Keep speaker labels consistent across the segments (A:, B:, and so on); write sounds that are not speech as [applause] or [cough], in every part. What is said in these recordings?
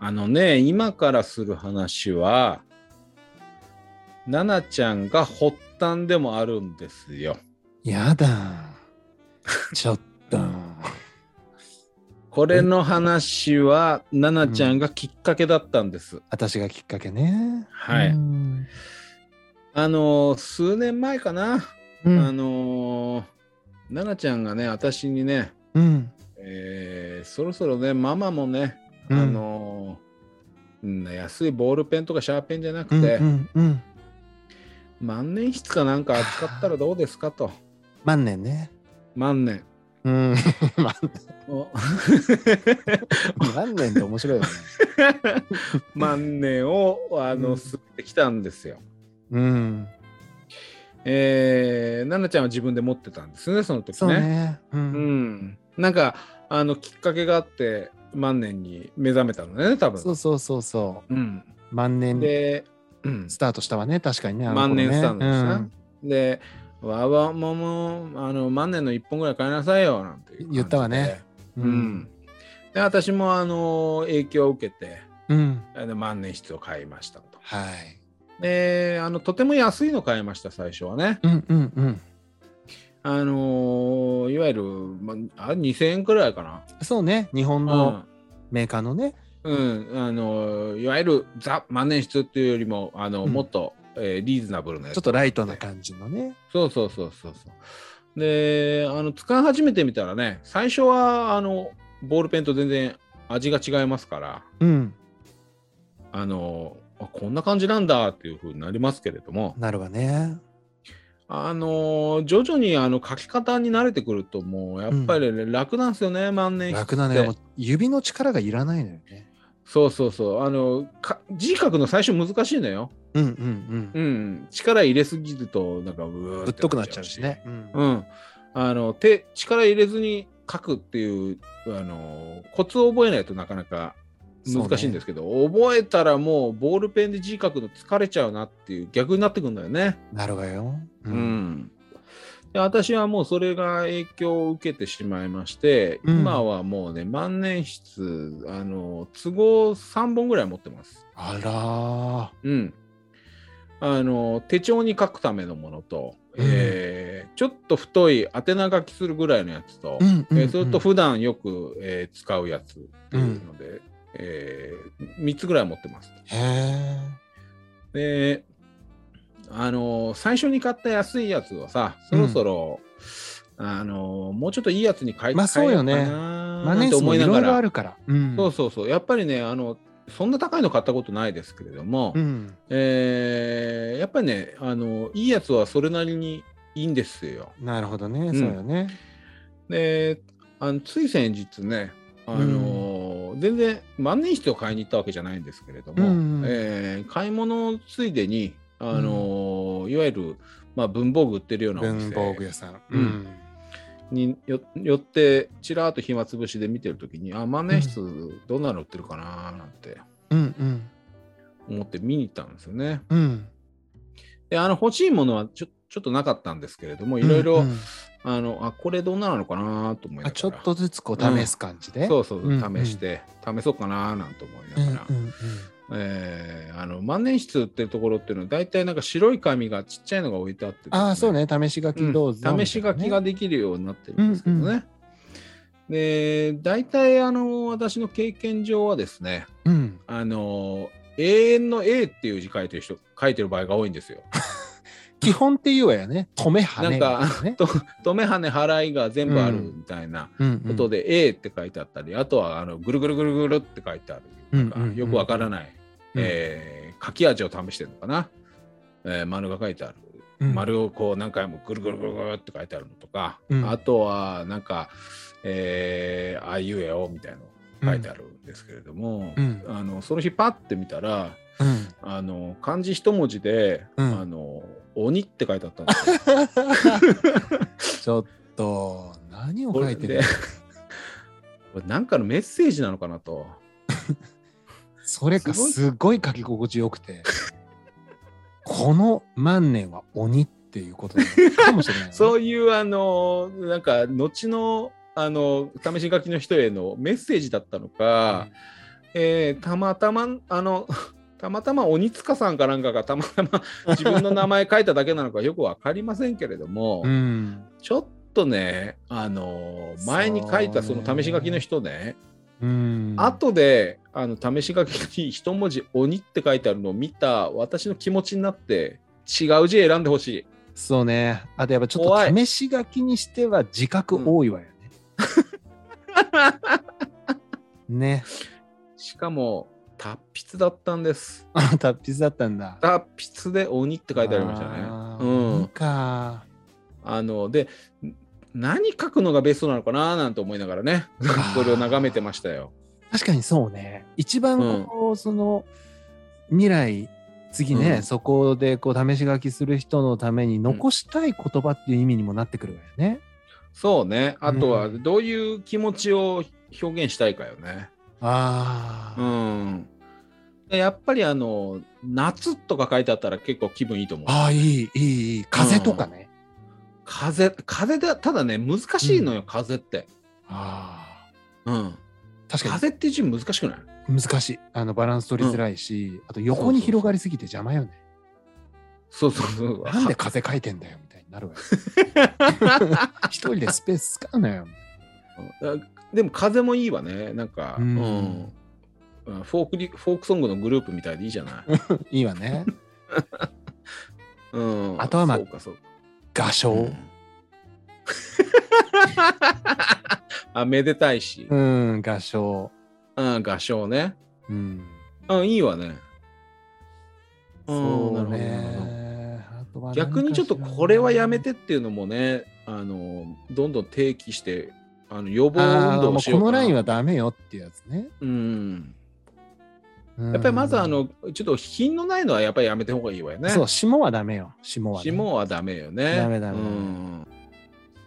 A: あのね、今からする話は、奈々ちゃんが発端でもあるんですよ。
B: やだ。ちょっと。
A: これの話は、奈々ちゃんがきっかけだったんです。
B: 私がきっかけね。
A: はい
B: うん
A: あのー、数年前かな。
B: うん
A: あのー、奈々ちゃんがね、私にね、
B: うん。
A: えーそろそろね、ママもね、
B: うん
A: あのーうん安いボールペンとかシャーペンじゃな
B: う
A: く
B: ん
A: て、
B: うんうん。
A: 万年筆かなんか扱ったらどうですかと。
B: 万年ね。
A: 万年。
B: うん。
A: お
B: [laughs] 万年って面白いよね。
A: [laughs] 万年をあ
B: う
A: の
B: ん
A: 吸ってきたんですよ。
B: うん。
A: えー、奈々ちゃんは自分で持ってたんですね、その時
B: そう
A: ね。
B: ね。う。
A: うんん。なんか、あの、きっかけがあって、万年に目覚めたのね、多分。。
B: そうそうそうそう
A: ん。
B: う。万年
A: で、うん
B: スタートしたわね。確かにね。あの頃
A: 万
B: ね
A: 年スタンドですね。で、わわもも、あの、万年の1本ぐらい買いなさいよ、なんていう感じで
B: 言ったわね。う。
A: うんん。で、私も、あの、影響を受けて、
B: うん。
A: あの万年筆を買いましたと。
B: はい。
A: で、あの、とても安いの買いました、最初はね。
B: うんうんうん。
A: あのーいわゆる、まあ、2000円くらいかな。
B: そうね。日本のメーカーのね。
A: うん、うんあのーいわゆるザ・万年筆っていうよりも、あの、
B: うん
A: もっと、えーリーズナブルなやつ。
B: ちょっとライトな感じのね。
A: そうそうそうそうそう。で、あの、使い始めてみたらね、最初は、あの、ボールペンと全然味が違いますから、
B: うん。
A: あのーあこんな感じなんだっていうふうになりますけれども、
B: なるわね。
A: あのー徐々にあの書き方に慣れてくると、もうやっぱりね、楽なんですよね、万年筆って。
B: 楽なのよ。もう指の力がいらないのよね。
A: そうそうそう。あの、か字書くの最初難しいのよ。
B: うんうんう。
A: うんん。力入れすぎると、なんか、うー
B: ぶっとくなっちゃうしね。。うん
A: うん。あの、手、力入れずに書くっていう、あの、コツを覚えないとなかなか難しいんですけど、覚えたらもうボールペンで字書くの疲れちゃうなっていう逆になってくるんだよね。
B: なるわよ。う
A: う。ん。で私はもうそれが影響を受けてしまいまして、
B: うん
A: 今はもうね、万年筆、あの、都合3本ぐらい持ってます。
B: あらー。
A: うん、あの手帳に書くためのものと、
B: うん
A: えーちょっと太い宛名書きするぐらいのやつと、
B: ん
A: えーそれと普段よく、えー使うやつっていうので、え3つぐらい持ってます。
B: へえ。
A: であの最初に買った安いやつはさそろそろ、あのもうちょっといいやつに変え,、
B: まあそうよね
A: 変えようかなな
B: マネ
A: ん
B: ー
A: て
B: スも
A: 思
B: い
A: いな
B: ろ
A: が
B: いろ
A: ら
B: あるから。うん
A: そうそうそうやっぱりねあのそんな高いの買ったことないですけれども、
B: うん。
A: えーやっぱりねあのいいやつはそれなりにいいんですよ。
B: なるほどね。
A: ん
B: そうよね。
A: であのつい先日ねあの、全然万年筆を買いに行ったわけじゃないんですけれども、
B: うん
A: えー買い物ついでにあの、いわゆる、まあ、文房具売ってるようなお
B: 文
A: 店
B: 房具屋さん。
A: うん。によよってちらっと暇つぶしで見てる時にあ万年筆どんなの売ってるかなーなんて
B: うんうん。
A: 思って見に行ったんですよね。
B: うん。
A: であの欲しいものはちょちょっとなかったんですけれどもいろいろ、
B: うんうん
A: あのあこれどんなのかなと思いながら
B: あちょっとずつこう試す感じで。
A: そうそう
B: うんうん
A: 試して、試そうかななんて思い
B: うん
A: なん
B: う
A: がら、えーあの万年筆売ってるところっていうのは大体なんか白い紙がちっちゃいのが置いてあってです、
B: ああ、そうね。試し書
A: う
B: き
A: ん
B: どうぞ。
A: 試し書きが
B: み
A: できるようになってるんですけどね、
B: うんう
A: で大体あの私の経験上はですね
B: たいなね。うん。
A: あの永遠の A っていう字書いてる人書いてる場合が多いんですよ。 [laughs]
B: 基本っていうわよね。止めは
A: な
B: ね。
A: んか
B: ね。
A: と止め跳ね払いが全部あるみたいな、
B: うんう
A: こ
B: ん
A: とで A って書いてあったり、あとはあのぐるぐるぐるぐるって書いてある、なんか
B: うんうんうん
A: よくわからない、
B: うん
A: えー書き味を試してるのかな、えー丸が書いてある、
B: うん
A: 丸をこう何回もぐるぐるぐるぐるって書いてあるのとか、
B: うん
A: あとはなんか、えーあいうえおみたいなの書いてあるんですけれども、
B: うん
A: あのその日パッて見たら
B: うん。
A: あの漢字一文字で、
B: うん
A: あの鬼って書いてあったんですよ。
B: ちょっと、何を [laughs] 書いてる
A: これでなんかのメッセージなのかなと。
B: それか
A: すごい
B: すごい書き心地よくて、この万年は鬼っていうことなのかもしれない、
A: [laughs]
B: ね。
A: そういうあのなんか後のあの試し書きの人へのメッセージだったのか、えーたまたま、あの、 [laughs] たまたま鬼塚さんかなんかがたまたま自分の名前書いただけなの
B: [laughs]
A: かよくわかりませんけれども、
B: うん。
A: ちょっとね、あの、前に書いたその試し書きの人ね、
B: うん。
A: 後で、あの、試し書きに一文字鬼って書いてあるのを見た私の気持ちになって、違う字選んでほしい。
B: そうね。あとやっぱちょ
A: 怖
B: っ
A: い
B: と試し書きにしては自覚多いわよね。 [laughs] ね。
A: しかも、達筆だったんです。
B: あ、達筆だったんだ。
A: 達筆で鬼って書いてありましたね。
B: あ
A: う
B: ー
A: ん
B: いいか。
A: あのでん何書くのがベストなのかななんて思いながらね
B: あー
A: これを眺めてましたよ。
B: 確かにそうね。一番
A: うん
B: こう、その未来次ね、
A: うん
B: そこでこう試し書きする人のために残したい言葉っていう意味にもなってくるわよね。
A: そうねあとは
B: うん
A: どういう気持ちを表現したいかよね。
B: あ
A: う
B: あ、
A: ん、でやっぱりあの「夏」とか書いてあったら結構気分いいと思う。
B: ああいいいいいい風とかね。
A: 風風でただね難しいのよ、風って。
B: あ
A: うん、
B: あ確か
A: 風っていう字難しくない
B: に難しい。あのバランス取りづらいし、あと横に広がりすぎて邪魔よね。
A: そうそうそう。
B: なんで風かいてんだよみたいになるわよ。一人でスペース使うなよ。
A: あでも風もいいわねなんか、
B: うん
A: うんフォークリフォークソングのグループみたいでいいじゃ
B: [laughs]
A: ない。
B: いいわね。
A: うん、
B: あとはまあ
A: そうかそうか
B: 画商。
A: [laughs] あめでたいし、
B: うん、画商。
A: うん、合唱ね、
B: うん。
A: うん、いいわね。
B: そう
A: なるほどなるほど
B: ね。あとは何かしら
A: 逆にちょっとこれはやめてっていうのもねあのどんどん提起してあの予防運
B: あー
A: 動
B: も
A: を
B: う
A: し
B: こ
A: ようか
B: の
A: な
B: ラインはダメよっていうやつね。
A: うん、
B: うん
A: やっぱりまずあ、のちょっと品のないのはやっぱりやめた方がいいわよね。
B: そう、霜はダメよ。霜は、ね。
A: 霜はダメよね。
B: ダメダメ
A: うん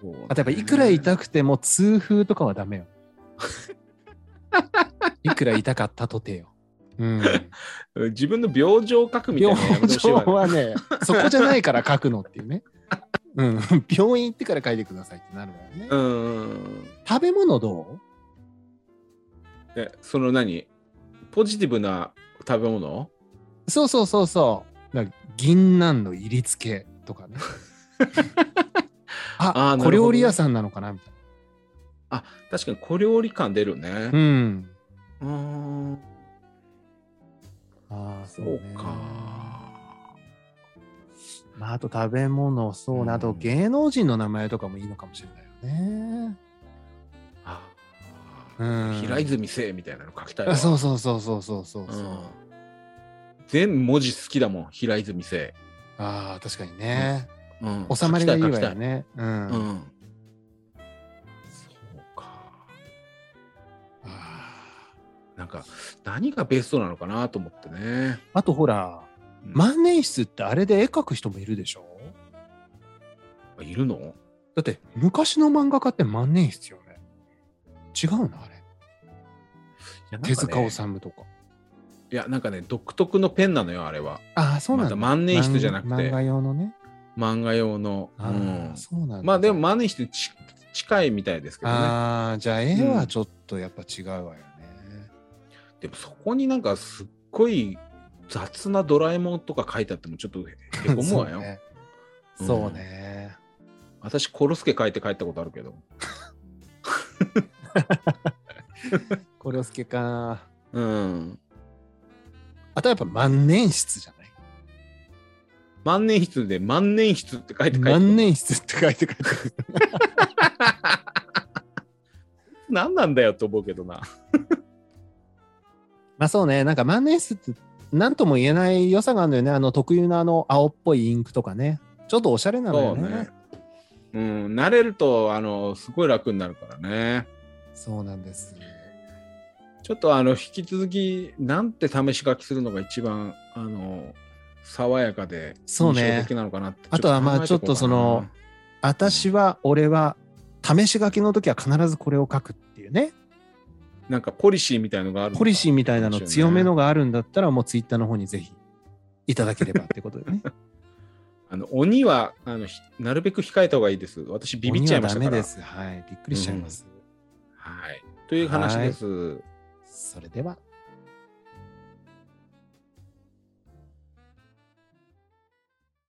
A: そうね
B: あとやっぱいくら痛くても痛風とかはダ
A: [laughs]
B: メよ。いくら痛かったとてよ。うん、
A: 自分の病状を書くみたい
B: 病
A: なのやめてほしい
B: 状
A: わね
B: はね、そこじゃないから書くのっていうね。うん、病院行ってから書いてくださいってなるわよね。
A: うん。
B: 食べ物ど
A: え、その何ポジティブな食べ物
B: うそうそうそうそう。なんか銀杏の入り付けとか
A: [laughs]
B: ね。あ
A: あーなるほどね
B: 小料理屋さんなのかなみたい
A: あ、確かに小料理感出るね
B: な。う。ん。
A: うん。
B: ああ、そ
A: そうう
B: ね
A: か。
B: まあ、あと食べ物、そう
A: うん
B: な、あと芸能人の名前とかもいいのかもしれないよね。
A: あ
B: うん。
A: 平泉聖みたいなの書きたい
B: あ
A: わ。
B: そうそうそうそうそうそう。
A: う
B: うん
A: 全文字好きだもん、平泉聖。
B: ああ、確かにね。
A: うん
B: 収まりがいいわ
A: 書きた
B: よ
A: 書き
B: ね。うん。
A: たいう
B: あ
A: ん。そうか。
B: あ
A: なんか、何がベストなのかなと思ってね。
B: あとほら、
A: うん
B: 万年筆ってあれで絵描く人もいるでしょ
A: いるの
B: だって昔の漫画家って万年筆よね。違うな、あれ。手塚治
A: ん。
B: 虫とか。
A: いや、なんかね、独特のペンなのよ、あれは。
B: ああ、そうなんだ。
A: また万年筆じゃなくて
B: 漫漫画用のね。
A: 漫画用の。う
B: ああ、
A: ん、
B: そうなんだ。
A: まあでも、マネーしてち近いみたいですけどね。
B: ああ、じゃあ絵はちょっとやっぱ違うわよね。
A: でもそこになんかすっごい雑なドラえもんとか書いてあってもちょっとへへこ
B: [laughs]
A: むわよ。うん
B: そうね。そうね
A: 私、コロスケ書いて帰ったことあるけど。
B: コロスケか。
A: うん。
B: あとはやっぱ万年筆じゃない
A: 万年筆で万年筆って書いて帰った。
B: 万年筆って書いて書いてある。
A: 何なんだよと思うけどな。
B: [laughs] まあそうね。なんか万年筆って何とも言えない良さがあるのよね。あの特有のあの青っぽいインクとかね。ちょっとおしゃれなの
A: そ
B: よ
A: う
B: ね。
A: ね。うん、慣れると、あの、すごい楽になるからね。
B: そうなんです。
A: ちょっとあの引き続き、なんて試し書きするのが一番あの爽やかで印
B: そ
A: 象
B: うね
A: 的なのかなって。
B: あとはまあ
A: 考えていこうかな
B: ちょっとその、私は、俺は、試し書きの時は必ずこれを書くっていうね。
A: なんかポリシーみたいのがあるのか
B: ポリシーみたいなの強めの。があるんだったら、もうツイッターの方にぜひいただければってことでね。
A: あの鬼はあのひなるべく控えた方がいいです。私 [laughs] ビビっちゃいましたか
B: 鬼はダメ
A: ら。
B: です。はい。びっくりしちゃいます。
A: はい。という話です。
B: それでは。